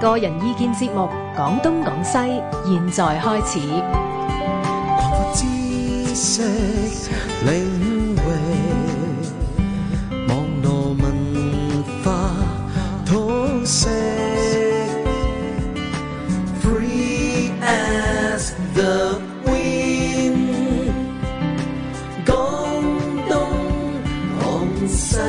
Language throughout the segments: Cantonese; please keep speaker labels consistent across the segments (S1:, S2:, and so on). S1: 個人意見節目《廣東廣西》，現在開始。
S2: 擴闊知識領域，網絡文化通識，Free as the wind，廣東廣西。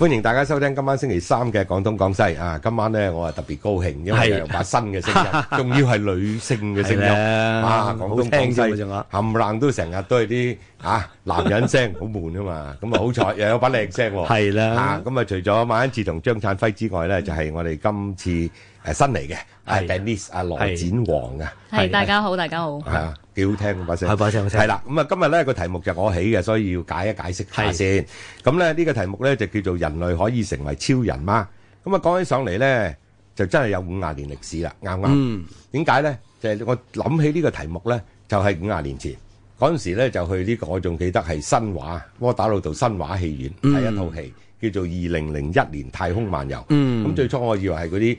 S3: 歡迎大家收聽今晚星期三嘅廣東廣西啊！今晚咧我係特別高興，因為
S4: 係
S3: 有把新嘅 聲音，仲要係女性嘅聲
S4: 係
S3: 音
S4: 啦
S3: 啊！
S4: 好
S3: 廣東廣
S4: 聽啫喎
S3: 西
S4: 仲有
S3: 冚唪唥都成日都係啲啊男人聲，好悶啊嘛！咁啊好彩 又有把靚聲喎，
S4: 係啦
S3: 啊咁啊除咗馬恩志同張燦輝之外咧，就係我哋今次誒新嚟嘅啊
S4: 係
S3: Denise 啊羅展王啊。
S5: 係，
S4: 係，
S5: 大家好，大家好。
S3: 係啊，幾好聽嗰把聲，
S4: 係把聲好聽
S3: 係啦，咁啊，今日咧個題目就我起嘅，所以要解一解釋下
S4: 係
S3: 先。咁咧呢個題目咧就叫做人類可以成為超人嗎？咁啊講起上嚟咧，就真係有五廿年歷史啦，啱唔啱
S4: 嗯？
S3: 點解咧？就係我諗起呢個題目咧，就係五廿年前。嗰陣時咧就去呢個，我仲記得係新華窩打老道新華戲院睇一套戲，叫做《二零零一年太空漫遊》。
S4: 嗯
S3: 咁最初我以為係嗰啲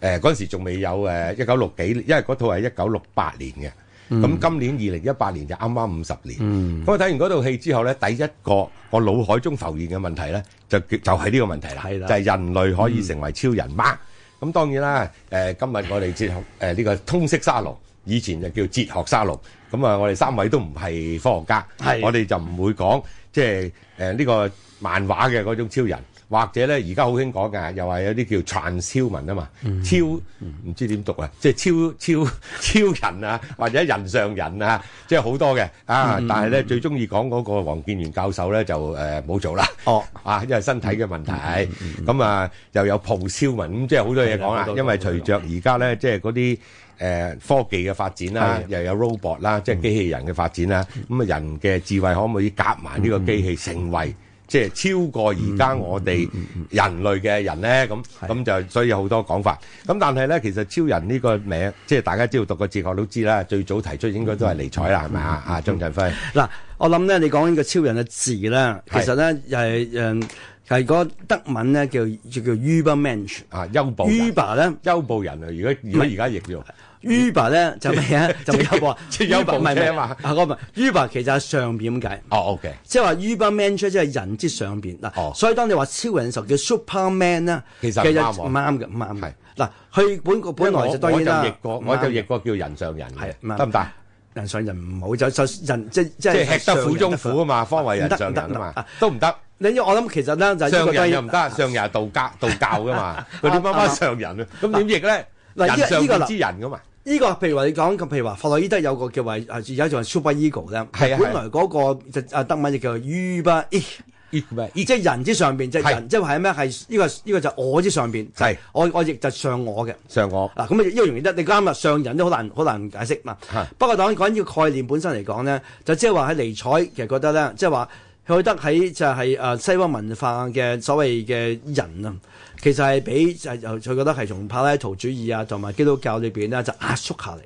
S3: 誒嗰陣時仲未有誒一九六幾，因為嗰套係一九六八年嘅。
S4: 嗯
S3: 咁、今年二零一八年就啱啱五十年。咁我睇完嗰套戲之後咧，第一個我腦海中浮現嘅問題咧，就就係呢個問題啦，
S4: 係啦
S3: 就係人類可以成為超人嗎？咁當然啦，誒、今日我哋哲學誒呢個通識沙龍，以前就叫哲學沙龍。咁啊，我哋三位都唔係科學家，
S4: 係
S3: 我哋就唔會講即係誒呢個漫畫嘅嗰種超人，或者咧而家好興講嘅，又話有啲叫 transhuman 啊嘛，超唔知點讀啊，即係超超超人啊，或者人上人啊，即係好多嘅啊。但係咧最中意講嗰個黃建元教授咧就誒冇做啦。
S4: 哦，
S3: 啊，因為身體嘅問
S4: 嗯
S3: 題，咁啊又有蒲燒文，咁即係好多嘢講
S4: 係啦好
S3: 啦。
S4: 多
S3: 因為隨着而家咧，即係嗰啲誒科技嘅發展啦，
S4: 啊
S3: 又有 robot 啦，
S4: 嗯
S3: 即係機器人嘅發展啦，咁啊人嘅智慧可唔可以夾埋呢
S4: 嗯
S3: 個機器成為？即係超過而家我
S4: 嗯
S3: 哋人類嘅人咧，咁咁就所以有好多講法。咁但係咧，其實超人呢個名，即係大家知道讀過哲學都知啦，最早提出應該都係尼采啦，係咪
S4: 嗯
S3: 啊？啊，張振輝，
S4: 嗱，我諗咧，你講呢個超人嘅字咧，其實咧又係誒係嗰個德文咧叫叫叫 Ubermensch。
S3: 啊，優步人，
S4: Uber 咧
S3: 優步人啊！如果如果而家譯做。
S4: ，Uber 咧就 咩啊？就有個
S3: 即係有部
S4: Uber- 唔係唔
S3: 車
S4: 係
S3: 嘛
S4: 啊，嗰個唔係 Uber 其實係上邊咁解。
S3: 哦，OK，
S4: 即係話 Uberman 出即係人之上邊嗱，
S3: 哦
S4: 所以當你話超人嘅時候叫 Superman 啦，
S3: 其實唔啱喎
S4: 唔啱嘅，唔啱
S3: 係
S4: 嘅。嗱，佢本個本來就當然啦
S3: 我就譯，過，
S4: 唔啱
S3: 我就譯過叫人上人
S4: 係唔
S3: 嘅，
S4: 啱
S3: 得唔得？
S4: 人上人唔好就就人即即
S3: 即
S4: 係
S3: 係吃得苦中苦啊嘛，方為
S4: 為
S3: 人上人啊嘛，都唔得。
S4: 你我諗其實咧就係呢
S3: 上
S4: 個當
S3: 人又
S4: 然啊
S3: 唔得，啊上人係道家道教噶嘛，佢點媽媽上人啊？咁點譯咧？
S4: 嗱
S3: 人上
S4: 依個依個
S3: 人
S4: 啦
S3: 之人噶嘛，
S4: 呢個譬如話你講咁，譬如話弗洛伊德有個叫話啊而家仲係 super ego 咧，
S3: 係啊
S4: 本來嗰個就啊德文就叫 uber ich。即係人之上邊，即係
S3: 係
S4: 人，即係係咩？係呢個呢個就我之上邊，就
S3: 係
S4: 係我我亦就上我嘅。
S3: 上我
S4: 嗱，咁啊，呢個容易得，你啱啦，上人都好難好難解釋嘛
S3: 係。
S4: 不過當然講呢個概念本身嚟講咧，就即係話喺尼采其實覺得咧，即係話佢覺得喺就係誒西方文化嘅所謂嘅人啊，其實係俾就就佢覺得係從柏拉圖主義啊同埋基督教裏邊咧就壓縮下嚟，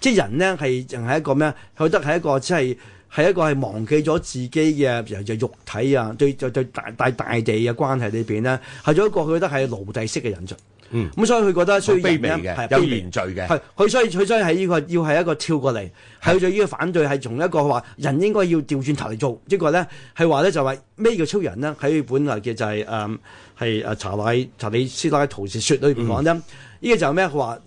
S4: 即係人咧係淨係一個咩？佢覺得係一個即係。係一個係忘記咗自己嘅就就肉體啊，對對對大大大地嘅關係裏邊咧，係咗一個佢覺得係奴隸式嘅人族。
S3: 嗯
S4: 咁所以佢覺得需要
S3: 好卑
S4: 人
S3: 微
S4: 咧
S3: 嘅
S4: 係
S3: 有
S4: 卑微
S3: 原罪嘅
S4: 係佢所以佢所以係呢個要係一個跳過嚟，係對呢個反對係從一個話人應該要調轉頭嚟做，一個咧係話咧就話咩叫超人呢？喺本來嘅就係誒係誒查理查理斯拉圖士説裏邊
S3: 嗯
S4: 講咧，呢、個就係咩佢話。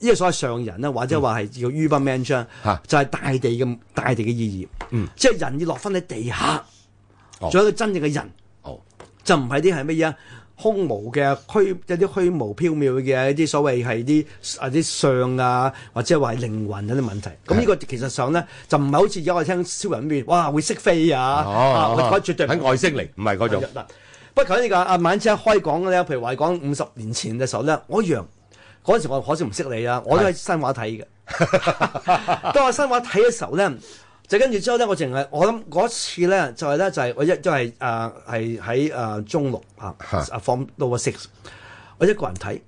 S4: 呢個所謂上人咧，或者話係叫 Uberman 章
S3: 嗯嚇，
S4: 就係大地嘅大地嘅意義，
S3: 嗯
S4: 即係人要落翻喺地下，
S3: 哦
S4: 做一個真正嘅人。
S3: 哦，
S4: 就唔係啲係乜嘢啊空無嘅虛有啲虛無縹緲嘅一啲所謂係啲啊啲相啊，或者話係靈魂啊嗰啲問題。咁呢個其實上咧就唔係好似而家我哋聽超人面，哇會識飛啊，啊我我絕對唔
S3: 哦喺外星嚟，唔係嗰種。
S4: 啊嗱，不過呢個阿晚之一開講咧，譬如話講五十年前嘅時候咧，我一樣嗰陣時我可少唔識你啊，我都喺新畫睇嘅。 當我新畫睇嘅時候咧，就跟住之後咧，我淨係我諗嗰次咧就係、咧就係、我一都係誒係喺誒中六啊
S3: 嚇
S4: 啊放到個 six，我一個人睇。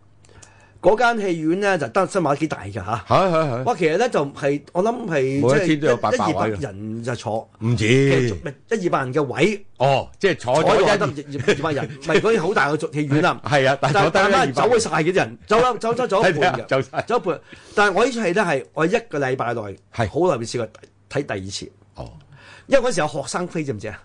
S4: 嗰間戲院咧就得新馬幾大㗎嚇。
S3: 係係係，
S4: 哇，其實咧就係、我諗係
S3: 每一
S4: 即
S3: 天都有
S4: 係
S3: 800
S4: 一一二百
S3: 位嘅啊
S4: 人就坐，
S3: 唔
S4: 其
S3: 止
S4: 實一二百人嘅位，
S3: 哦，即係坐
S4: 坐
S3: 咗
S4: 咗
S3: 一
S4: 得二二百 人，唔係嗰啲好大嘅戲院啦。
S3: 係啊， 但
S4: 但
S3: 係坐得
S4: 係但
S3: 一
S4: 係
S3: 二
S4: 走
S3: 百啊
S4: 咗晒嘅啲人， 走啦，走走走一半嘅，
S3: 走晒
S4: 走一半。但係我呢出戲咧係我一個禮拜內係好耐未試過睇第二次，
S3: 哦，
S4: 因為嗰時有學生飛，知唔知啊？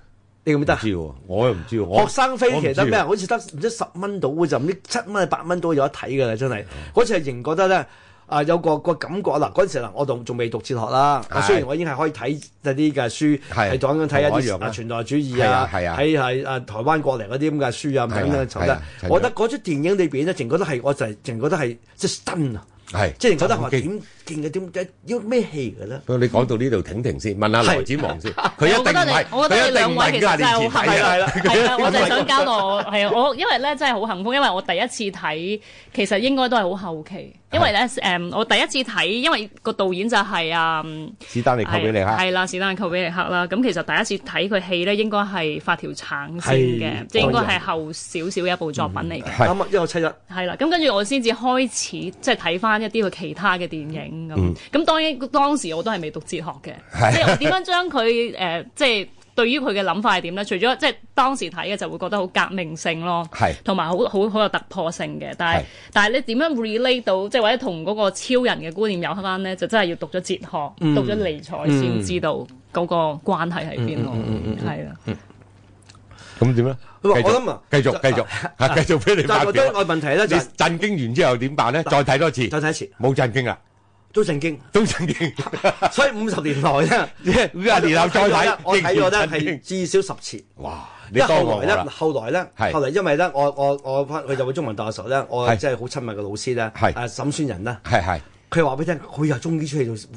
S4: 你記唔記
S3: 唔
S4: 得啊？
S3: 知喎，我又唔知喎，我
S4: 學生飛
S3: 我唔
S4: 其實得
S3: 知啊
S4: 咩？啊
S3: 喎
S4: 好似得唔知十蚊到嘅就唔知七蚊八蚊到有得睇㗎啦，真係。
S3: 嗯
S4: 嗰次係仍覺得咧。啊，有個個感覺啦！嗰陣時嗱，我仲仲未讀哲學啦。啊
S3: 係
S4: 雖然我已經係可以睇一啲嘅書，
S3: 係
S4: 係講緊睇
S3: 同我一
S4: 一
S3: 樣
S4: 啲
S3: 啊
S4: 啊存代主義
S3: 係
S4: 啊
S3: 啊，係啊
S4: 睇係啊台灣過嚟嗰啲咁嘅書啊
S3: 係啊
S4: 等等嘅時候
S3: 係
S4: 咧
S3: 啊係啊
S4: 我覺得嗰出電影裏邊咧，淨覺得係我就係淨覺得係即係 stun 啊！
S3: 係
S4: 即係覺得話
S3: 震驚
S4: 點見嘅點解要咩戲嘅咧？
S3: 不過你講到呢度停停先，問下
S4: 係
S3: 羅子王先，佢一
S5: 我覺
S3: 定
S5: 得
S3: 唔
S5: 你
S3: 係，，
S5: 我覺
S3: 佢
S5: 得
S3: 一
S5: 你
S3: 定
S5: 兩
S3: 唔
S5: 位
S3: 係
S5: 其實
S3: 家
S5: 真係好
S3: 年前
S5: 幸
S3: 睇
S5: 運，
S3: 啦。
S5: 係啊，我就係想交代我係啊，我因為咧真係好幸福，因為我第一次睇其實應該都係好後期，因為咧誒、我第一次睇，因為個導演就係、啊。嗯
S3: 史丹利扣俾你嚇，
S5: 係啦，是但扣俾你克啦。咁其實第一次睇佢戲咧，應該係發條橙線
S4: 係
S5: 嘅，即係應啊該
S4: 當然
S5: 係後少少嘅一部作品嚟嘅。
S3: 係
S4: 啱啊，一九七一。
S5: 係啦，咁跟住我先至開始即係睇翻一啲佢其他嘅電影
S3: 嗯
S5: 咁。咁、當然當時我都係未讀哲學 嘅，即係我點樣將佢誒、呃即係對於佢嘅諗法係點咧？除咗即係當時睇嘅就會覺得好革命性咯，
S3: 係
S5: 同埋好好好有突破性嘅。但
S3: 係
S5: 係但係你點樣 relate 到即係或者同嗰個超人嘅觀念有翻咧？就真係要讀咗哲學，
S3: 嗯
S5: 讀咗理財先知道嗰個關係喺邊咯。
S3: 嗯
S5: 係啦，
S3: 咁點咧？
S4: 佢話
S3: 繼續
S4: 我諗啊
S3: 繼續繼續啊，繼續俾你
S4: 但係
S3: 發
S4: 我覺得
S3: 表。
S4: 我問題咧
S3: 你
S4: 就係
S3: 震驚完之後點辦咧？再睇多次，
S4: 再睇一次，
S3: 冇震驚啦，
S4: 都正經。
S3: 都震驚。
S4: 所以五十年來咧，
S3: 五十年後再睇，
S4: 我睇咗咧
S3: 仍然震
S4: 係
S3: 驚。
S4: 至少十次。
S3: 哇！你
S4: 因為
S3: 當
S4: 後
S3: 我
S4: 來
S3: 啦
S4: 咧，，後來咧，
S3: 係
S4: 後來因為咧，我我我翻去日本中文大學嘅時候咧，我
S3: 係
S4: 即係好親密嘅老師咧，
S3: 係
S4: 啊沈宣仁啦，
S3: 係係
S4: 佢話俾你聽，佢又中意出去做十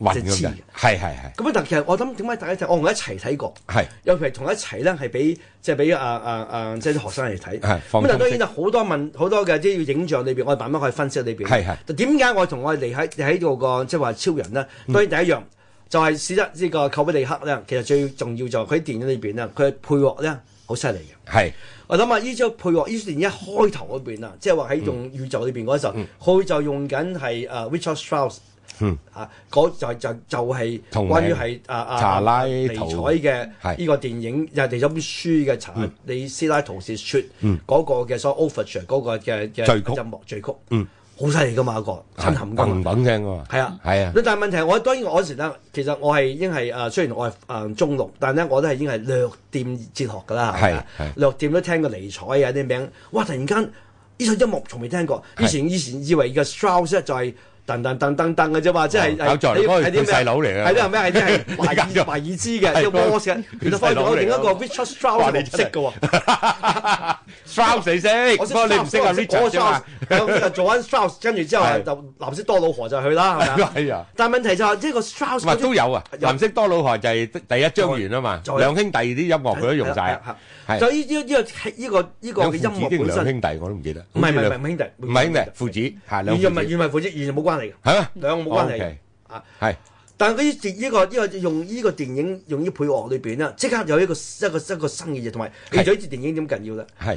S3: 雲咁
S4: 隻字
S3: 嘅，係係係
S4: 咁啊，但其實我諗點解大家哦睇，我我一齊睇過。
S3: 係
S4: 尤其係同一齊咧，係俾即係俾啊啊啊，即係啲學生嚟睇。
S3: 係放
S4: 咁但係啊當
S3: 心
S4: 然啦，好多問好多嘅即係要影像裏邊，我哋慢慢去分析裏邊。
S3: 係係
S4: 就點解我同我哋嚟喺喺度個即係話超人咧？
S3: 嗯
S4: 當然第一樣就係史德呢個寇比利克咧，其實最重要就係佢喺電影裏邊咧，佢嘅配樂咧好犀利嘅。
S3: 係
S4: 我諗下呢張配樂，呢段一開頭嗰邊啊，即係話喺
S3: 嗯
S4: 用宇宙裏邊嗰時候，佢、就用緊係誒 Richard Strauss。
S3: 嗯
S4: 啊，嗰就就就係
S3: 同
S4: 關於
S3: 名
S4: 係啊啊
S3: 查拉
S4: 尼采
S3: 圖
S4: 嘅
S3: 係
S4: 呢個電影，又係咗本書嘅查理斯拉圖是説嗰個嘅所謂 overture 嗰個嘅嘅
S3: 序曲
S4: 音樂序曲，
S3: 嗯，
S4: 好犀利噶嘛嗰個震撼噶嘛
S3: 砰。砰聲㗎嘛，
S4: 係啊，
S3: 係啊，
S4: 但係問題係我當然我嗰時咧，其實我係已經係誒，雖然我係誒中六，但係咧我都係已經係略掂哲學㗎啦，咪啊
S3: 係係
S4: 略掂都聽過尼采啊啲名，哇！突然間呢首音樂從未聽過，以前以前以為嘅 Strauss 呢就係噔噔噔噔噔嘅啫嘛，即係
S3: 搞錯啦
S4: 係
S3: 嗰個
S4: 係啲咩啊
S3: 佢細佬嚟㗎
S4: 係啲係咩？係 啲係
S3: 你
S4: 華
S3: 搞
S4: 爾
S3: 錯
S4: 華爾茲嘅，
S3: 係
S4: 即係
S3: 嗰個
S4: Morse 嘅，原來
S3: 佢細
S4: 發
S3: 佬
S4: 現我
S3: 嚟
S4: 另一個
S3: 㗎
S4: Richard
S3: 哇
S4: Strauss
S3: 你
S4: 我唔識
S3: 真係
S4: 㗎喎。
S3: Strauss 你識，不
S4: 我識
S3: 過你唔識啊 Richard 啫嘛。
S4: 咁就做緊 Strauss，跟住之後
S3: 係
S4: 就藍色多瑙河就去啦，係咪 啊？
S3: 係啊，
S4: 但係問題就係即係個 Strauss
S3: 唔係
S4: 嗰啲
S3: 都有啊。
S4: 有
S3: 藍色多瑙河就係第一張完啊嘛，
S4: 再
S3: 兩兄弟啲音樂佢都用晒啊。係
S4: 所以呢呢個呢個呢個
S3: 兩父
S4: 嘅音
S3: 子
S4: 樂
S3: 定
S4: 本
S3: 兩
S4: 身
S3: 兄弟我都唔記得。
S4: 唔係唔係唔係
S3: 好似
S4: 兄弟，
S3: 兩唔係兄弟，父子係兩
S4: 完
S3: 父
S4: 全唔係完
S3: 子
S4: 全唔係父子，完全冇關係嘅，
S3: 係嘛？
S4: 兩個冇關係嘅
S3: 哦
S4: 啊。
S3: ，OK，係
S4: 但係嗰啲呢個呢個用呢個電影用呢配樂裏邊咧，即刻有一個一個一個新嘅嘢，同埋
S3: 係
S4: 你咗呢啲電影點緊要咧？
S3: 係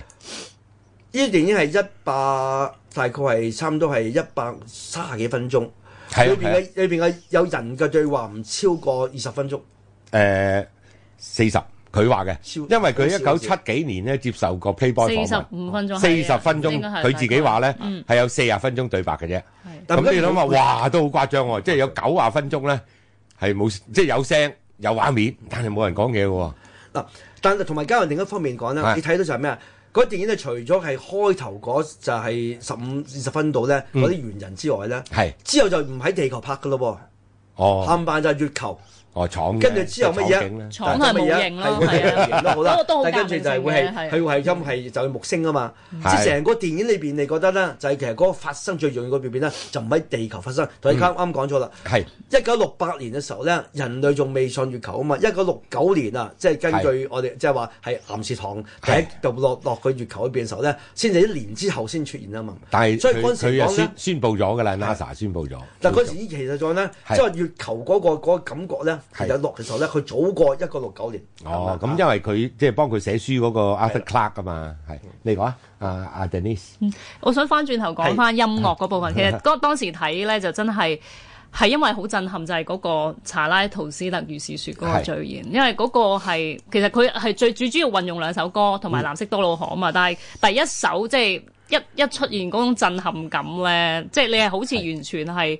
S4: 呢啲電影係一百大概係差唔多係一百三十幾分鐘，
S3: 係啊
S4: 裏邊嘅裏邊嘅有人嘅對話唔超過二十分鐘。
S3: 誒四十。佢話嘅，
S4: 少
S3: 因為佢
S4: 少
S3: 一九七
S4: 少
S3: 幾年咧接受過 Playboy 訪
S5: 四十
S3: 問，
S5: 五分鐘，
S3: 四十
S5: 係啊
S3: 分鐘
S5: 應該係
S3: 佢自己話咧
S5: 嗯
S3: 係有四十分鐘對白嘅啫。
S5: 係
S4: 但
S3: 咁
S4: 係
S3: 你諗下，
S4: 佢
S3: 哇都好誇張喎！即係有九十分鐘咧係冇，即係有聲有畫面，但係冇人講嘢嘅
S4: 嗱，啊但係同埋加上另一方面講咧
S3: 係，
S4: 你睇到就係咩啊？嗰電影咧，除咗係開頭嗰就係十五二十分度咧，
S3: 嗯
S4: 嗰啲猿人之外咧，
S3: 喎。係，
S4: 之後就唔喺地球拍噶咯喎，
S3: 哦
S4: 冚唪唥就係月球，
S3: 哦廠嘅，
S4: 跟住之後乜
S3: 廠景
S4: 嘢
S3: 咧
S4: 啊？
S5: 廠哦係冇形咯
S4: 但係乜嘢啊係會係
S5: 係啊
S4: 冇形咯好啦
S5: 都，都好
S4: 但係跟住就係會係
S5: 革命性嘅係
S4: 係會係音係就係木星啊嘛，即
S3: 嗯係
S4: 係成個電影裏邊，你覺得咧就係其實嗰個發生最重要嗰邊邊咧，就唔喺地球發生。同你
S3: 嗯
S4: 啱啱講咗啦，
S3: 係
S4: 一九六八年嘅時候咧，人類仲未上月球啊嘛。一九六九年啊，即係根據我哋即係話係岩士堂第
S3: 係
S4: 一就落落去月球嗰邊嘅時候咧，先至一年之後先出現啊嘛。
S3: 但係
S4: 所以
S3: 佢
S4: 嗰陣
S3: 佢
S4: 時
S3: 又
S4: 講咧
S3: 宣，宣佈咗㗎啦，NASA 宣佈咗。
S4: 但嗰時其實講咧，
S3: 係
S4: 即係月球嗰個嗰個感覺咧咧，其實落嘅時候咧，佢早過一九六九年。
S3: 哦，咁因為佢即係幫佢寫書嗰個 Arthur Clark 啊嘛，係
S4: 嗯
S3: 你講啊，阿阿 Denise，
S5: 我想翻轉頭講翻音樂嗰部分，其實嗰當時睇咧就真係。係因為好震撼，就係、嗰個查拉圖斯特如是説嗰個
S3: 係
S5: 序言，因為嗰個係其實佢係最最主要運用兩首歌同埋藍色多瑙河啊嘛，但係第一首即係一一出現嗰種震撼感咧，即係你係好似完全係。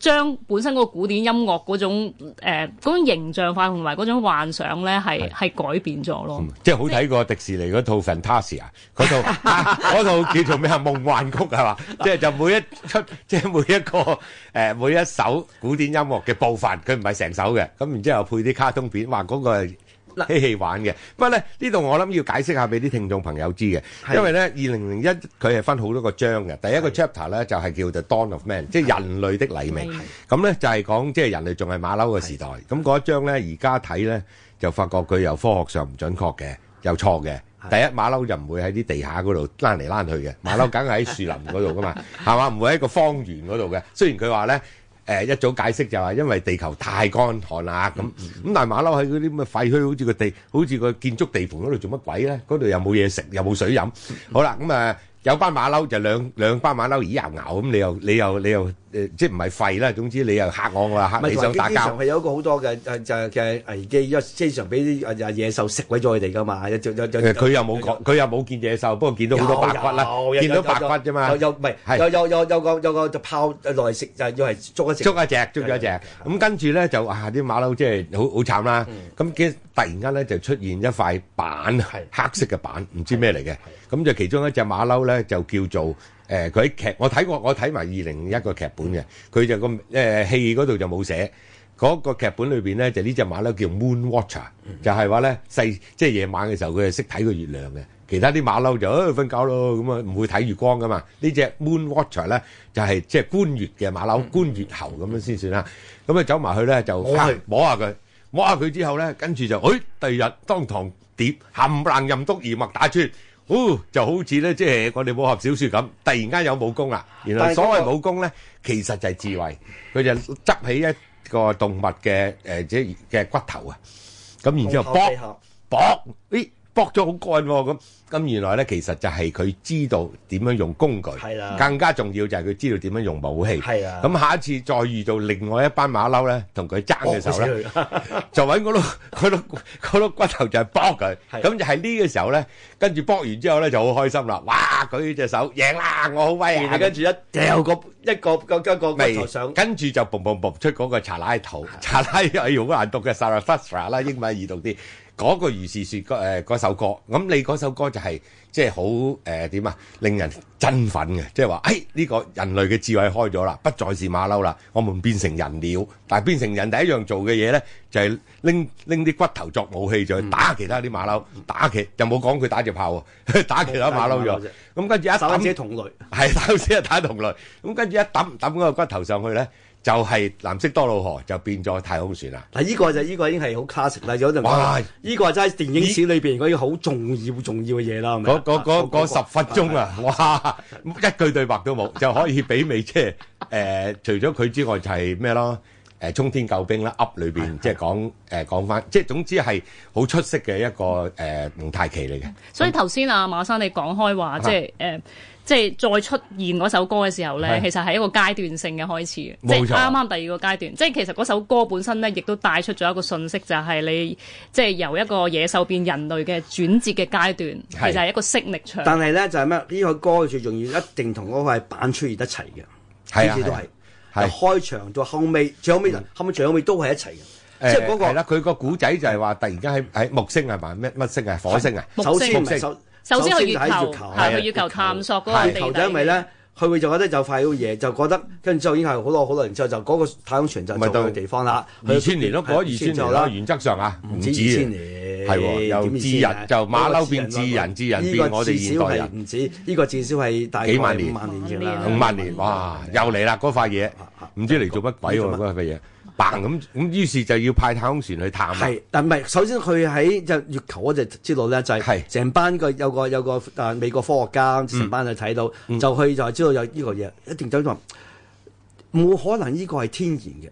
S5: 將本身嗰個古典音樂嗰種誒嗰、種形象化同埋嗰種幻想咧，係係改變咗咯。
S3: 嗯即係好睇過迪士尼嗰套 Fantasia 嗰套 嗰套叫做咩啊夢幻曲係嘛？即係就每一出 即係每一個誒、每一首古典音樂嘅部分，佢唔係成首嘅，咁然之後配啲卡通片，哇嗰、個係
S4: 嗱
S3: 嬉戲玩嘅。不過咧呢度我諗要解釋下俾啲聽眾朋友知嘅，
S4: 係
S3: 因為咧二零零一佢係分好多個章嘅，第一個 chapter 咧就係叫做 Dawn of Man，即係人類的黎明
S5: 黎明。
S3: 咁咧就係講即係人類仲係馬騮嘅時代。咁嗰一章咧，而家睇咧就發覺佢由科學上唔準確嘅，又錯嘅。第一馬騮就唔會喺啲地下嗰度躝嚟躝去嘅，馬騮梗係喺樹林嗰度噶嘛，係嘛？唔會喺個荒原嗰度嘅。雖然佢話咧。誒一早解釋就係因為地球太乾旱啦咁，咁但係馬騮喺嗰啲咁嘅廢墟，好似個地，好似個建築地盤嗰度做乜鬼咧？嗰度又冇嘢食，又冇水飲。好啦，咁啊有班馬騮就兩兩班馬騮咦牛牛咁，你又你又你又誒即係唔係廢啦？總之你又嚇我，我又嚇你，想打
S4: 機
S3: 交
S4: 場。係有一個好多嘅誒就嘅危機，因為機場俾啲啊誒野獸食鬼咗佢哋噶嘛，有有有
S3: 誒
S4: 有
S3: 佢又冇講，佢又冇見野獸，不過見到好多白骨
S4: 有
S3: 啦，
S4: 有
S3: 見到
S4: 有
S3: 白骨啫嘛
S4: 有。有唔係
S3: 啊係
S4: 有有有有個有個就炮落嚟食，就要係捉一隻。
S3: 捉一隻，捉咗一隻。咁跟住咧就啊啲馬騮即係好好慘
S4: 嗯
S3: 啦。咁嘅突然間咧就出現一塊板，黑色嘅板，唔知咩嚟嘅。咁就其中一隻馬騮咧就叫做誒，佢喺劇我睇過，我睇埋二零一個劇本嘅，佢就個誒戲嗰度就冇寫。嗰個劇本裏邊咧，就呢只馬騮叫 Moon Watcher，就係話咧細即係夜晚嘅時候，佢係識睇個月亮嘅。其他啲馬騮就誒瞓覺咯，咁啊唔會睇月光噶嘛。呢只 Moon Watcher 咧就係即係觀月嘅馬騮，觀月猴咁樣先算啦。咁啊走埋去咧就
S4: 摸佢
S3: 摸下佢，摸下佢之後咧，跟住就誒第二日當堂碟冚唪唥任督二脈打穿。哦，就好似咧，即係我哋武俠小説咁，突然間有武功啦。原來
S4: 但係
S3: 所
S4: 嗰個
S3: 謂武功咧，其實就係智慧。佢就執起一個動物嘅誒，即係嘅骨頭啊。咁然之後
S4: 放
S3: 剝
S4: 喺地下
S3: 剝，咦剝咗好乾喎咁。咁原來咧，其實就係佢知道點樣用工具，
S4: 係啦
S3: 更加重要就係佢知道點樣用武器。
S4: 係啊
S3: 咁下一次再遇到另外一班馬騮咧，同佢爭
S4: 哦
S3: 嘅時候咧。
S4: 搏死佢
S3: 就揾嗰碌嗰碌嗰碌骨頭就係剝佢，
S4: 係
S3: 咁就係呢個時候咧，跟住剝完之後咧就好開心啦！哇，舉隻手贏啦，我好威啊！
S4: 然後跟住一掉個一個個個個
S3: 咪
S4: 頭上，
S3: 跟住就嘣嘣嘣出嗰個查拉圖，查拉係好難讀嘅 Sarasatra 啦，英文易讀啲。嗰個如是説嗰誒嗰首歌，咁你嗰首歌就係即係好誒點啊，令人振奮嘅，即係話誒呢個人類嘅智慧開咗啦，不再是馬騮啦，我們變成人了。但係變成人第一樣做嘅嘢咧，就係拎拎啲骨頭作武器，就去打其他啲馬騮，打其就冇講佢打隻炮喎， 打其他馬騮咗。咁跟住一
S4: 手
S3: 抌
S4: 或者同類。
S3: 係打先係打同類，咁跟住一抌抌嗰個骨頭上去咧，就係、藍色多瑙河就變咗太空船啦。
S4: 嗱，呢個就呢個已經係好 classic 啦，有陣
S3: 哇
S4: 講呢個真係電影史裏邊嗰啲好重要重要嘅嘢啦，係咪
S3: 嗰
S4: 啊？
S3: 嗰嗰嗰十分鐘
S4: 啊！
S3: 啊， 哇！一句對白都冇，就可以媲美即係誒，除咗佢之外就係咩咯？誒，衝天救兵啦，Up 裏邊即係講誒講翻，即係總之係好出色嘅一個誒蒙太奇嚟嘅。
S5: 所以頭先啊，馬生你講開
S3: 啊
S5: 話，即係誒、呃即係再出現嗰首歌嘅時候咧，
S3: 係
S5: 其實係一個階段性嘅開始嘅，即
S3: 冇錯
S5: 係啱啱第二個階段。即係其實嗰首歌本身咧，亦都帶出咗一個信息，就係你即係由一個野獸變人類嘅轉折嘅階段，其
S3: 係
S5: 實係一個息力場。
S4: 但係咧就係咩？呢個歌最重要，一定同嗰塊板出現得齊嘅，
S3: 係啊
S4: 次都
S3: 係啊
S4: 係。由
S3: 係嗯
S4: 開場到後尾，最後尾後尾最後尾都係一齊
S3: 誒
S4: 嘅，即係嗰
S3: 係
S4: 個
S3: 啦，佢個古仔就係話突然間喺喺木星係嘛？咩乜星啊？火星啊？
S5: 木
S4: 首
S5: 星
S4: 先唔
S3: 木
S4: 係
S3: 星
S4: 首
S5: 首先
S4: 首
S5: 去
S4: 就
S5: 月
S4: 喺
S5: 球，
S3: 係
S4: 啊
S5: 係啊去月球探索嗰個
S3: 係
S5: 地
S4: 地球
S5: 底。
S4: 就因為咧，佢會就覺得就快嗰嘢，就覺得跟住之後已經係好耐好耐年之後，就嗰個太空船就
S3: 咪
S4: 做
S3: 到
S4: 佢地方啦。
S3: 二千年咯，
S4: 去
S3: 嗰二千年啦，原則上啊，
S4: 唔
S3: 唔
S4: 止
S3: 止
S4: 二千
S3: 嘅。
S4: 年，
S3: 係喎由
S4: 點二千
S3: 智人
S4: 啊
S3: 就馬騮
S4: 嗰個
S3: 變智人智人
S4: 呢個
S3: 變我哋現代人
S4: 至少係唔止呢個至少係大概
S3: 幾
S4: 五
S3: 萬
S4: 萬
S3: 年
S4: 年嘅啦，
S3: 五萬年，哇！又嚟啦嗰塊
S4: 啊
S3: 嘢，唔知嚟做乜鬼喎嗰塊嘢嘭咁咁，於是就要派太空船去探啊啦。
S4: 係，但唔係首先佢喺就月球嗰隻知道咧，就
S3: 係
S4: 係成班個有個有個啊美國科學家成班就睇到，就去就係知道有呢個嘢，一定就話冇可能呢個係天然嘅，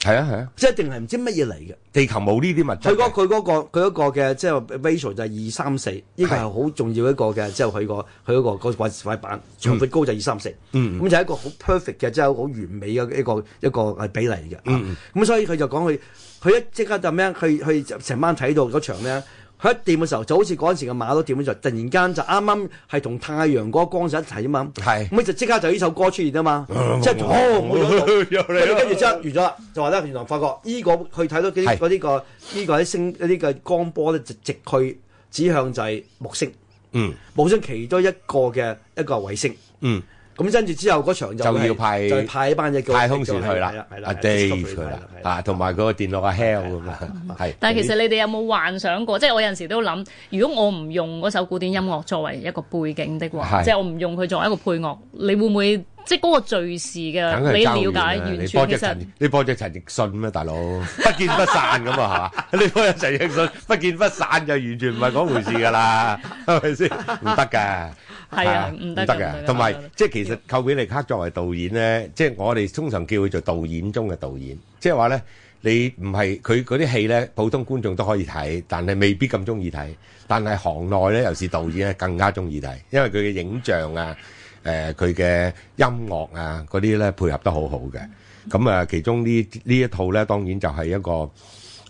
S3: 係啊係啊，
S4: 即係一定係唔知乜嘢嚟嘅。
S3: 地球冇呢啲物
S4: 佢
S3: 質
S4: 嗰
S3: 嘅。
S4: 佢嗰個佢嗰個嘅即係 ratio 就係二三四，呢個係好重要一個嘅，即係佢個佢嗰個嗰塊塊板長闊高就二三四，
S3: 嗯
S4: 咁就係一個好 perfect 嘅，即係好完美嘅一個一個係比例嚟
S3: 嗯
S4: 嘅。啊咁所以佢就講佢佢一即刻就咩？啊佢佢成班睇到嗰場咧。佢一掂嘅時候，就好似嗰陣時嘅馬騮掂嘅時候，突然間就啱啱係同太陽嗰個光線一齊啊嘛，
S3: 係
S4: 咁佢就即刻就呢首歌出現啊嘛，
S3: 嗯
S4: 即係哦，冇咗度
S3: 又
S4: 跟
S3: 嚟啦！
S4: 住跟住之後完咗啦，就話咧原來發覺依、個佢睇到嗰啲
S3: 係
S4: 嗰啲個呢個啲星呢個光波咧，直直去指向就係木星，
S3: 嗯
S4: 木星其中一個嘅一個衛星。
S3: 嗯，
S4: 咁跟住之後嗰場就
S3: 就
S4: 係
S3: 要派
S4: 就係派一班嘢叫
S3: 太空船去
S4: 係
S3: 啦
S4: 係，啦，
S3: 阿
S4: 係
S3: Dave 去
S4: 係
S3: 啦，
S4: 係
S3: 啊，同埋嗰個電腦阿 Hell 咁啊，係。
S5: 但係其實你哋有冇幻想過？即係我有陣時都諗，如果我唔用嗰首古典音樂作為一個背景的話，
S3: 係
S5: 即係我唔用佢作為一個配樂，你會唔會即係嗰個敘事嘅
S3: 梗係爭好
S5: 你
S3: 遠
S5: 了解
S3: 啦
S5: 完
S3: 你
S5: 全
S3: 幫
S5: 其
S3: 只
S5: 實
S3: 陳，你幫只陳奕迅咩， 大佬？不見不散咁啊，係嘛？你幫只陳奕迅不見不散就完全唔係嗰回事㗎啦，係咪先？唔得㗎。
S5: 係啊，唔得㗎唔得㗎
S3: 同埋
S5: 唔得㗎
S3: 即係其實寇比力克作為導演咧，即係我哋通常叫佢做導演中嘅導演，即係話咧，你唔係佢嗰啲戲咧，普通觀眾都可以睇，但係未必咁中意睇。但係行內咧，尤其是導演咧，更加中意睇，因為佢嘅影像啊、誒佢嘅音樂啊嗰啲咧配合得好好嘅。咁啊，其中呢呢一套咧，當然就係一個。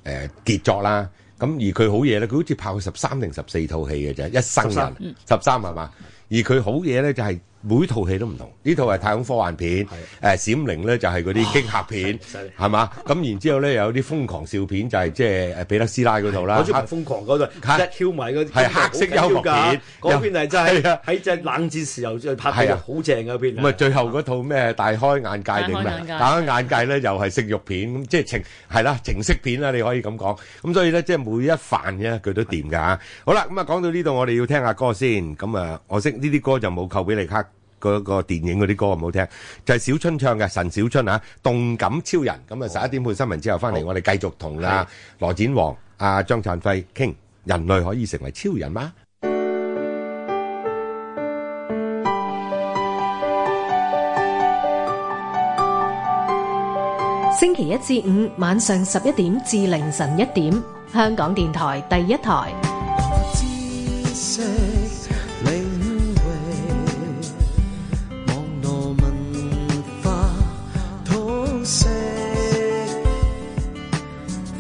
S3: 誒、傑作啦。咁而佢好嘢咧，佢好似拍過十三定十四套戲嘅啫，一生人十三嗯係嘛？而佢好嘢咧，就係、每套戲都唔同。呢套係太空科幻片，誒、閃靈咧就係嗰啲驚嚇片，係嘛？咁然之後咧有啲瘋狂笑片，就係即係誒彼得斯拉嗰度啦
S4: 嗰。種瘋狂嗰度，
S3: 係
S4: 一挑埋嗰啲
S3: 啊係黑色幽默片
S4: 好緊要㗎嗰
S3: 又
S4: 邊係真係
S3: 係啊
S4: 喺只冷戰時候就拍
S3: 係
S4: 到
S3: 啊
S4: 好正嗰邊。
S3: 咁啊，最後嗰套咩大開眼界定
S5: 大開眼界
S3: 咩？大開眼界咧，又係食肉片，咁即係情係啦，情色片啦，你可以咁講。咁所以咧，即係每一範嘅佢都掂㗎嚇。好啦，咁啊講到呢度，我哋要聽下歌先。咁啊，我識呢啲歌就冇寇比力克嗰個電影嗰啲歌咁好聽，就係小春唱嘅《神小春》啊，《動感超人》。咁啊，十一點半新聞之後翻嚟，我哋繼續同啊羅展煌、啊張燦輝傾人類可以成為超人嗎？
S1: 星期一至五晚上十一點至凌晨一點，香港電台第一台。
S2: 知識領域，網絡文化通識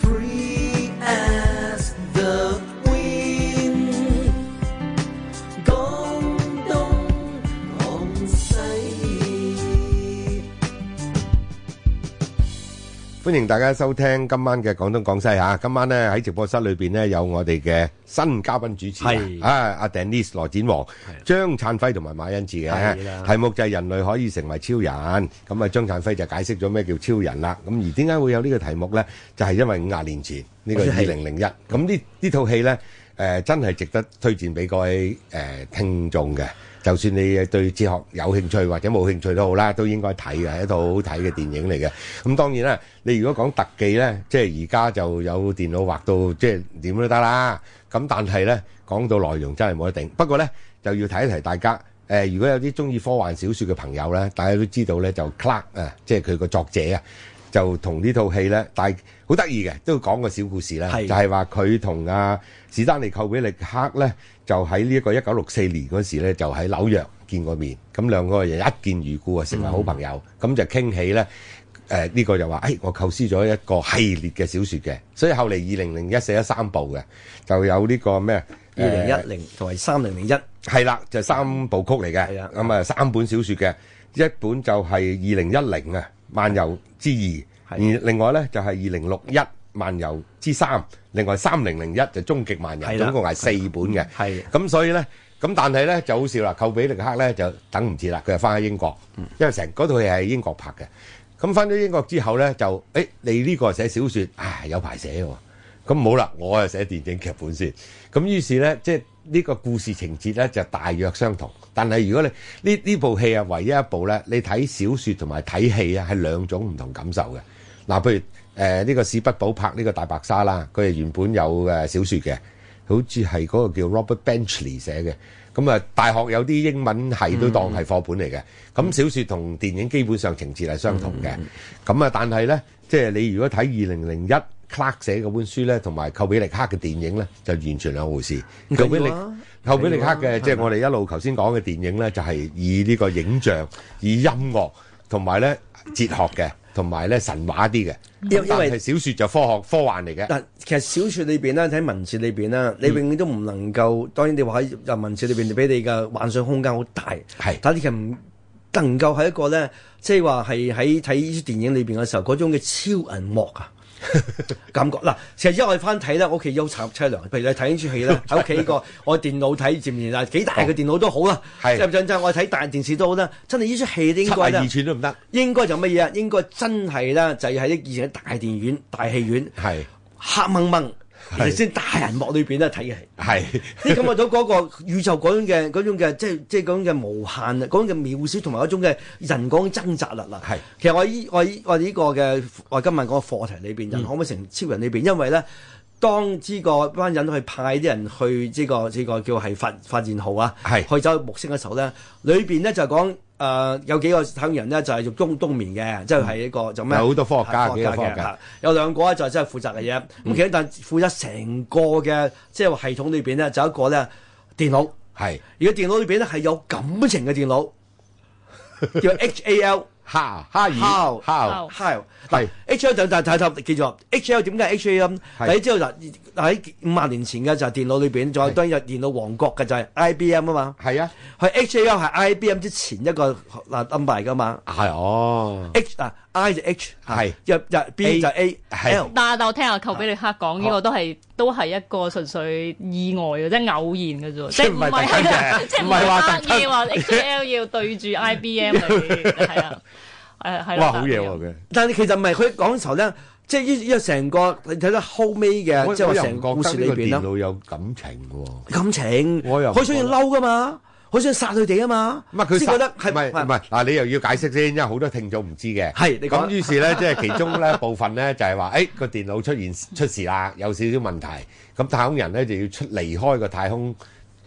S2: ，free as the wind，講東講西。
S3: 歡迎大家收聽今晚嘅廣東廣西嚇，今晚咧喺直播室裏邊咧有我哋嘅新嘉賓主持
S4: 係
S3: 啊，阿 Denise 羅展煌、張燦輝同埋馬恩志
S4: 係啦
S3: 嘅，題目就係人類可以成為超人。咁啊，張燦輝就解釋咗咩叫超人啦。咁而點解會有呢個題目咧？就係因為五廿年前呢個二
S4: 係
S3: 零零一，咁呢呢套戲咧誒真係值得推薦俾各位誒聽眾嘅。就算你對哲學有興趣或者冇興趣都好啦，都應該睇嘅，係一套好睇嘅電影嚟嘅。咁當然啦，你如果講特技咧，即係而家就有電腦畫到即係點都得啦。咁但係咧，講到內容真係冇得頂。不過咧，就要提一提大家，誒、如果有啲中意科幻小說嘅朋友咧，大家都知道咧，就 Clark 啊，即係佢個作者啊，就同呢套戲咧，但係好得意嘅，都講個小故事啦，
S4: 係
S3: 就係話佢同阿史丹利寇比力克咧，就喺呢一個一九六四年嗰時咧，就喺紐約見過面，咁兩個人一見如故啊，成為好朋友，咁、就傾起咧。呃誒呢、個就話，誒、哎我構思咗一個系列嘅小説嘅，所以後嚟二零零一寫咗三部嘅，就有呢個咩
S4: 二零
S3: 誒
S4: 一零同埋三零零一，
S3: 係啦，就三部曲嚟
S4: 係啊
S3: 嘅，咁啊三本小説嘅，一本就係二零一零啊《漫遊之二》，
S4: 係
S3: 而另外咧就係二零六一《漫遊之三》，另外三零零一就《終極漫遊
S4: 係》，啦
S3: 總共係四本嘅。
S4: 係
S3: 咁所以咧，咁但係咧就好笑啦，寇比力克咧就等唔切啦，佢就翻咗英國，因為成嗰套戲係英國拍嘅。咁翻咗英國之後咧，就誒、欸你呢個寫小説，唉有排寫喎。咁好啦，我又寫電影劇本先。咁於是咧，即係呢個故事情節咧就大約相同，但係如果你呢呢部戲啊，唯一一部咧，你睇小説同埋睇戲啊，係兩種唔同感受嘅。嗱，譬如誒呢、個史畢堡拍呢個大白鯊啦，佢係原本有誒小説嘅。好似係嗰個叫 Robert Benchley 寫嘅。咁啊，大學有啲英文系都當係課本嚟嘅。咁小説同電影基本上情節係相同嘅。咁啊，但係咧，即係你如果睇二零零一 Clark 寫嗰本書咧，同埋寇比力克嘅電影咧，就完全兩回事。
S4: 緊
S3: 寇
S4: 要啊
S3: 比力寇比力克
S4: 緊要啊
S3: 嘅，即係我哋一路頭先講嘅電影咧，就係以呢個影像、以音樂同埋咧哲學嘅，同埋咧神話啲嘅。
S4: 因因
S3: 但
S4: 為
S3: 係小説就科學科幻嚟嘅。
S4: 嗱，其實小説裏邊咧，睇文字裏邊咧，
S3: 嗯
S4: 你永遠都唔能夠。當然你話喺文字裏邊，俾你嘅幻想空間好大。
S3: 係
S4: 但係你其實唔能夠喺一個咧，即係話係喺睇呢啲電影裏邊嘅時候，嗰種嘅超銀幕 啊！感覺嗱，其實而家我哋翻睇咧，我屋企有插車涼，譬如你睇呢出戲 咧，喺屋企個我電腦睇接唔接啊？幾大嘅電腦都好啦，
S3: 係
S4: 即係真真我睇大電視都好啦，真係呢出戲都應
S3: 七
S4: 該
S3: 廿
S4: 咧
S3: 二。寸都唔得，
S4: 應該就乜嘢啊？應該真係啦，就係喺啲以前嘅大電影院、大戲院，
S3: 係
S4: 黑掹掹，
S3: 係
S4: 然後先大人幕裏邊咧睇 嘅戲。
S3: 係
S4: 你感覺到嗰個宇宙嗰種嘅嗰種嘅即係即係嗰種嘅無限啊，嗰種嘅渺小同埋嗰種嘅人嗰種掙扎力啦。
S3: 係
S4: 其實我依我依我呢個嘅我今日嗰個課題裏
S3: 嗯
S4: 邊，人可唔可以成超人裏邊？因為咧，當呢個班人去派啲人去呢個呢個叫係發發現號啊，
S3: 係
S4: 去走木星嘅時候咧，裏邊咧就講。誒、有幾個太空人咧就係做冬冬眠嘅，即係
S3: 嗯
S4: 係一個就咩？
S3: 有好多科學家
S4: 科
S3: 幾個科學家
S4: 嘅有兩個咧就真係負責嘅嘢，咁其實但負責成個嘅即係話系統裏邊咧，就有一個咧電腦，
S3: 係
S4: 而個電腦裏邊咧係有感情嘅電腦，叫 H A L
S3: 蝦蝦魚蝦
S4: 烤
S5: 烤
S4: Hal。
S3: 係
S4: 嗱 H A L 就就就就記住 H L 點解 H A L 咁？
S3: 係
S4: 你知道嗱喺五萬年前嘅就係電腦裏邊，仲有
S3: 係
S4: 當然有電腦王國嘅就係 I B M 啊嘛，
S3: 係啊，
S4: 佢 H A L 係 I B M 之前一個嗱 number 嚟噶嘛
S3: 係哦，
S4: ，H 嗱 I 就 H 啊
S3: 係
S4: 入入 B 就 A
S3: 係
S4: L。
S5: 但但我聽阿寇比利克講呢個都係都係一個純粹意外嘅，即係偶然嘅啫，即係
S3: 唔
S5: 唔
S3: 係特
S5: 係
S3: 登嘅
S5: 即係
S3: 唔
S5: 唔
S3: 係話
S5: 係
S3: 特
S5: 刻
S3: 登
S5: 意話 HL 要對住 IBM 嚟，係啊，誒係啦
S3: 哇
S5: 啊
S3: 好嘢喎！佢。
S4: 但係其實唔係佢講嘅時候咧，即係呢呢個成個你睇到後尾嘅，
S3: 我
S4: 即係
S3: 我
S4: 話
S3: 又
S4: 成
S3: 唔
S4: 個
S3: 覺
S4: 故
S3: 得
S4: 事裏
S3: 呢個
S4: 邊
S3: 電
S4: 啦，
S3: 腦有感情喎。唔
S4: 感情，
S3: 我又唔
S4: 佢想要
S3: 覺得
S4: 嬲噶嘛，佢想殺佢哋啊嘛，
S3: 係佢
S4: 先覺得
S3: 實唔係
S4: 係
S3: 唔係嗱，你又要解釋先，因為好多聽眾唔知嘅。
S4: 係你講
S3: 咁於是咧，即係其中咧部分咧就係話，誒個電腦出 現出事啦，有少少問題。咁太空人咧就要出離開個太空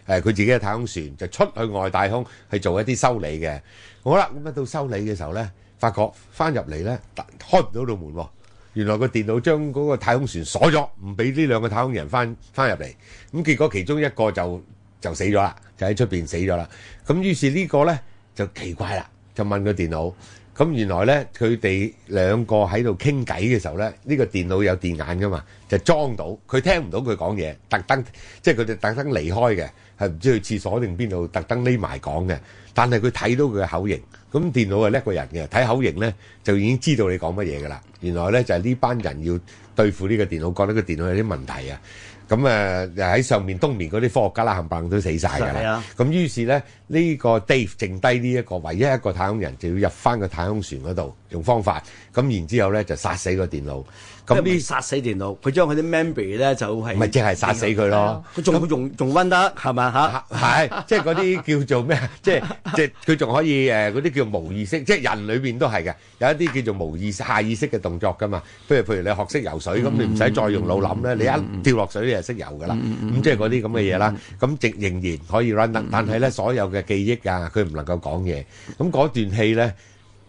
S3: 誒佢自己嘅太空船，就出去外太空去做一啲修理嘅。好啦，咁啊到修理嘅時候咧，發覺翻入嚟咧打開唔到道門喎。原來個電腦將嗰個太空船鎖咗，唔俾呢兩個太空人翻翻入嚟。咁結果其中一個就就死咗啦，就喺出邊死咗啦。咁於是呢個呢就奇怪啦，就問個電腦。咁原來呢，佢哋兩個喺度傾偈嘅時候呢，呢、個電腦有電眼噶嘛，就裝到佢聽唔到佢講嘢，特登即係佢哋特登離開嘅，係唔知去廁所定邊度，特登匿埋講嘅。但係佢睇到佢嘅口型，咁電腦係叻過人嘅，睇口型呢，就已經知道你講乜嘢噶啦。原來呢，就係呢班人要對付呢個電腦，覺得個電腦有啲問題啊。咁誒喺上面冬眠嗰啲科學家啦，冚唪唥都死晒㗎
S4: 係
S3: 啦
S4: 啊。
S3: 咁於是咧，呢、個 Dave 剩低呢一個唯一一個太空人，就要入翻個太空船嗰度用方法。咁然之後咧就殺死個電腦。咁
S4: 咁呢
S3: 呢
S4: 殺死電腦，佢將佢啲 memory 咧就係
S3: 咪即係殺死佢咯？
S4: 佢仲仲仲温得係咪嚇？
S3: 嚇 係，即係嗰啲叫做咩？啊 即係即係佢仲可以誒嗰啲叫無意識，即係人裏邊都係嘅，有一啲叫做無意識、下意識嘅動作㗎嘛。譬如譬如你學識游水，咁你唔使再用腦諗咧，你一跳落水你就識游㗎啦。咁即係嗰啲咁嘅嘢啦。咁直仍然可以 run 得，但係咧所有嘅記憶啊，佢唔能夠講嘢。咁嗰段戲咧。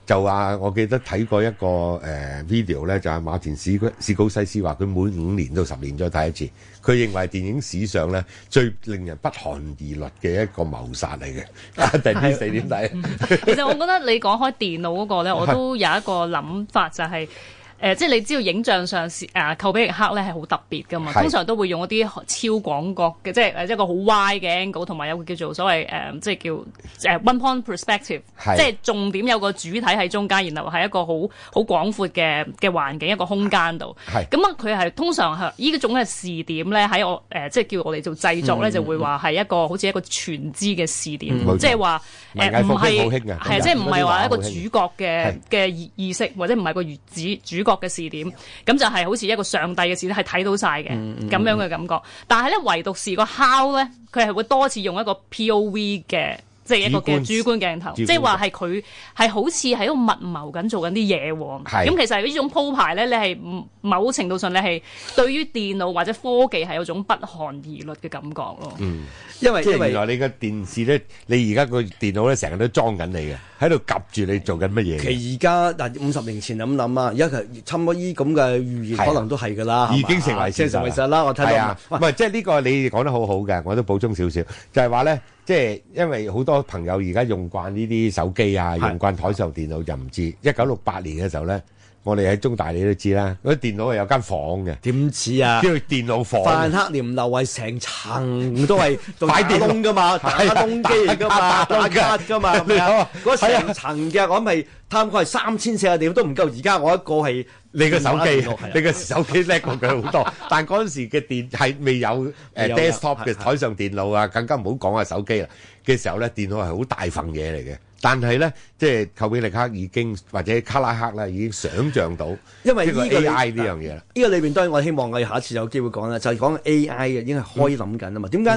S3: 就話我記得睇過一個誒、呃 video 咧，就係、馬田史史高西斯話佢每五年到十年再睇一次，佢認為電影史上咧最令人不寒而栗嘅一個謀殺嚟 嘅。啊，第呢四點
S4: 嗯
S3: 睇，
S5: 其實我覺得你講開電腦嗰 個咧，我都有一個諗法就係、誒、即係你知道影像上是誒寇比力克咧係好特別噶嘛，
S3: 係
S5: 通常都會用一啲超廣角嘅，即係呃誒一個好 wide 嘅 angle，同埋有個叫做所謂誒、呃即係叫誒 one point perspective，
S3: 係
S5: 即係重點有個主體喺中間，然後係一個好好廣闊嘅嘅環境一個空間度。
S3: 係
S5: 咁啊，佢係通常係呢種嘅視點咧，喺我誒、呃即係叫我哋做製
S3: 嗯
S5: 作咧，就會話係一個好似一個全知嘅視點，
S3: 冇錯
S5: 即係話
S3: 文
S5: 誒
S3: 藝
S5: 呃唔
S3: 復興好興
S5: 係
S3: 㗎
S5: 係啊即係唔係話一個
S3: 嗰啲畫好興
S5: 主角嘅嘅意意識，或者唔係個主主角嘅視點，咁就係好似一個上帝嘅視點，係睇到晒嘅
S3: 嗯
S5: 咁樣嘅感覺。但係咧，唯獨是個烤咧，佢係會多次用一個 P.O.V 嘅即係一個嘅
S3: 主
S5: 主
S3: 觀
S5: 觀鏡頭，
S3: 主觀
S5: 即係話係佢係好似喺度密謀緊做緊啲嘢喎。
S3: 係
S5: 咁其實呢種鋪排咧，你係唔某程度上你係對於電腦或者科技係有種不寒而栗嘅感覺咯。
S4: 因為
S3: 即
S4: 因
S3: 係
S4: 為
S3: 原來你嘅電視咧，你而家個電腦咧成日都裝緊你嘅，喺度及住你做緊乜嘢嘅，
S4: 其而家嗱五十年前就咁諗啊，而家其實差唔多依咁嘅預言
S3: 係啊
S4: 可能都係㗎啦，係嘛啊
S3: 已經成為
S4: 即
S3: 事
S4: 係成為
S3: 實
S4: 實啦。我睇
S3: 係
S4: 到
S3: 啊，唔係即係呢個你講得好好嘅，我都補充少少，就係話咧，即係因為好多朋友而家用慣呢啲手機啊，
S4: 係
S3: 用慣台上電腦就唔知。一九六八年嘅時候咧，我哋喺中大你都知啦，嗰啲電腦係有間房嘅，
S4: 點止啊
S3: 叫？做電腦房。
S4: 范克廉樓係成層 都係
S3: 擺
S4: 打
S3: 電腦
S4: 窿噶 嘛，打窿機嚟噶
S3: 打
S4: 嘛，
S3: 打
S4: 打卡噶嘛，係 咪
S3: 係啊
S4: 啊？嗰成層嘅我咪貪佢係三千四啊點都唔夠，而家我一個係
S3: 你個手
S4: 電
S3: 機
S4: 腦係啊，
S3: 你個手機叻過佢好 多。但嗰陣時嘅電係未有誒
S4: 未有
S3: desktop 嘅
S4: 係係
S3: 台上電腦啊，更加唔好講啊手機啦嘅時候咧，電腦係好大份嘢嚟嘅。但係咧，即係寇比力克已經或者卡拉克啦，已經想像到
S4: 因為
S3: 呢個
S4: 呢個你
S3: AI 呢樣嘢啦。
S4: 呢個裏邊當然我希望我哋下一次有機會講啦，就係講 AI 嘅已經係開諗緊啊嘛。點解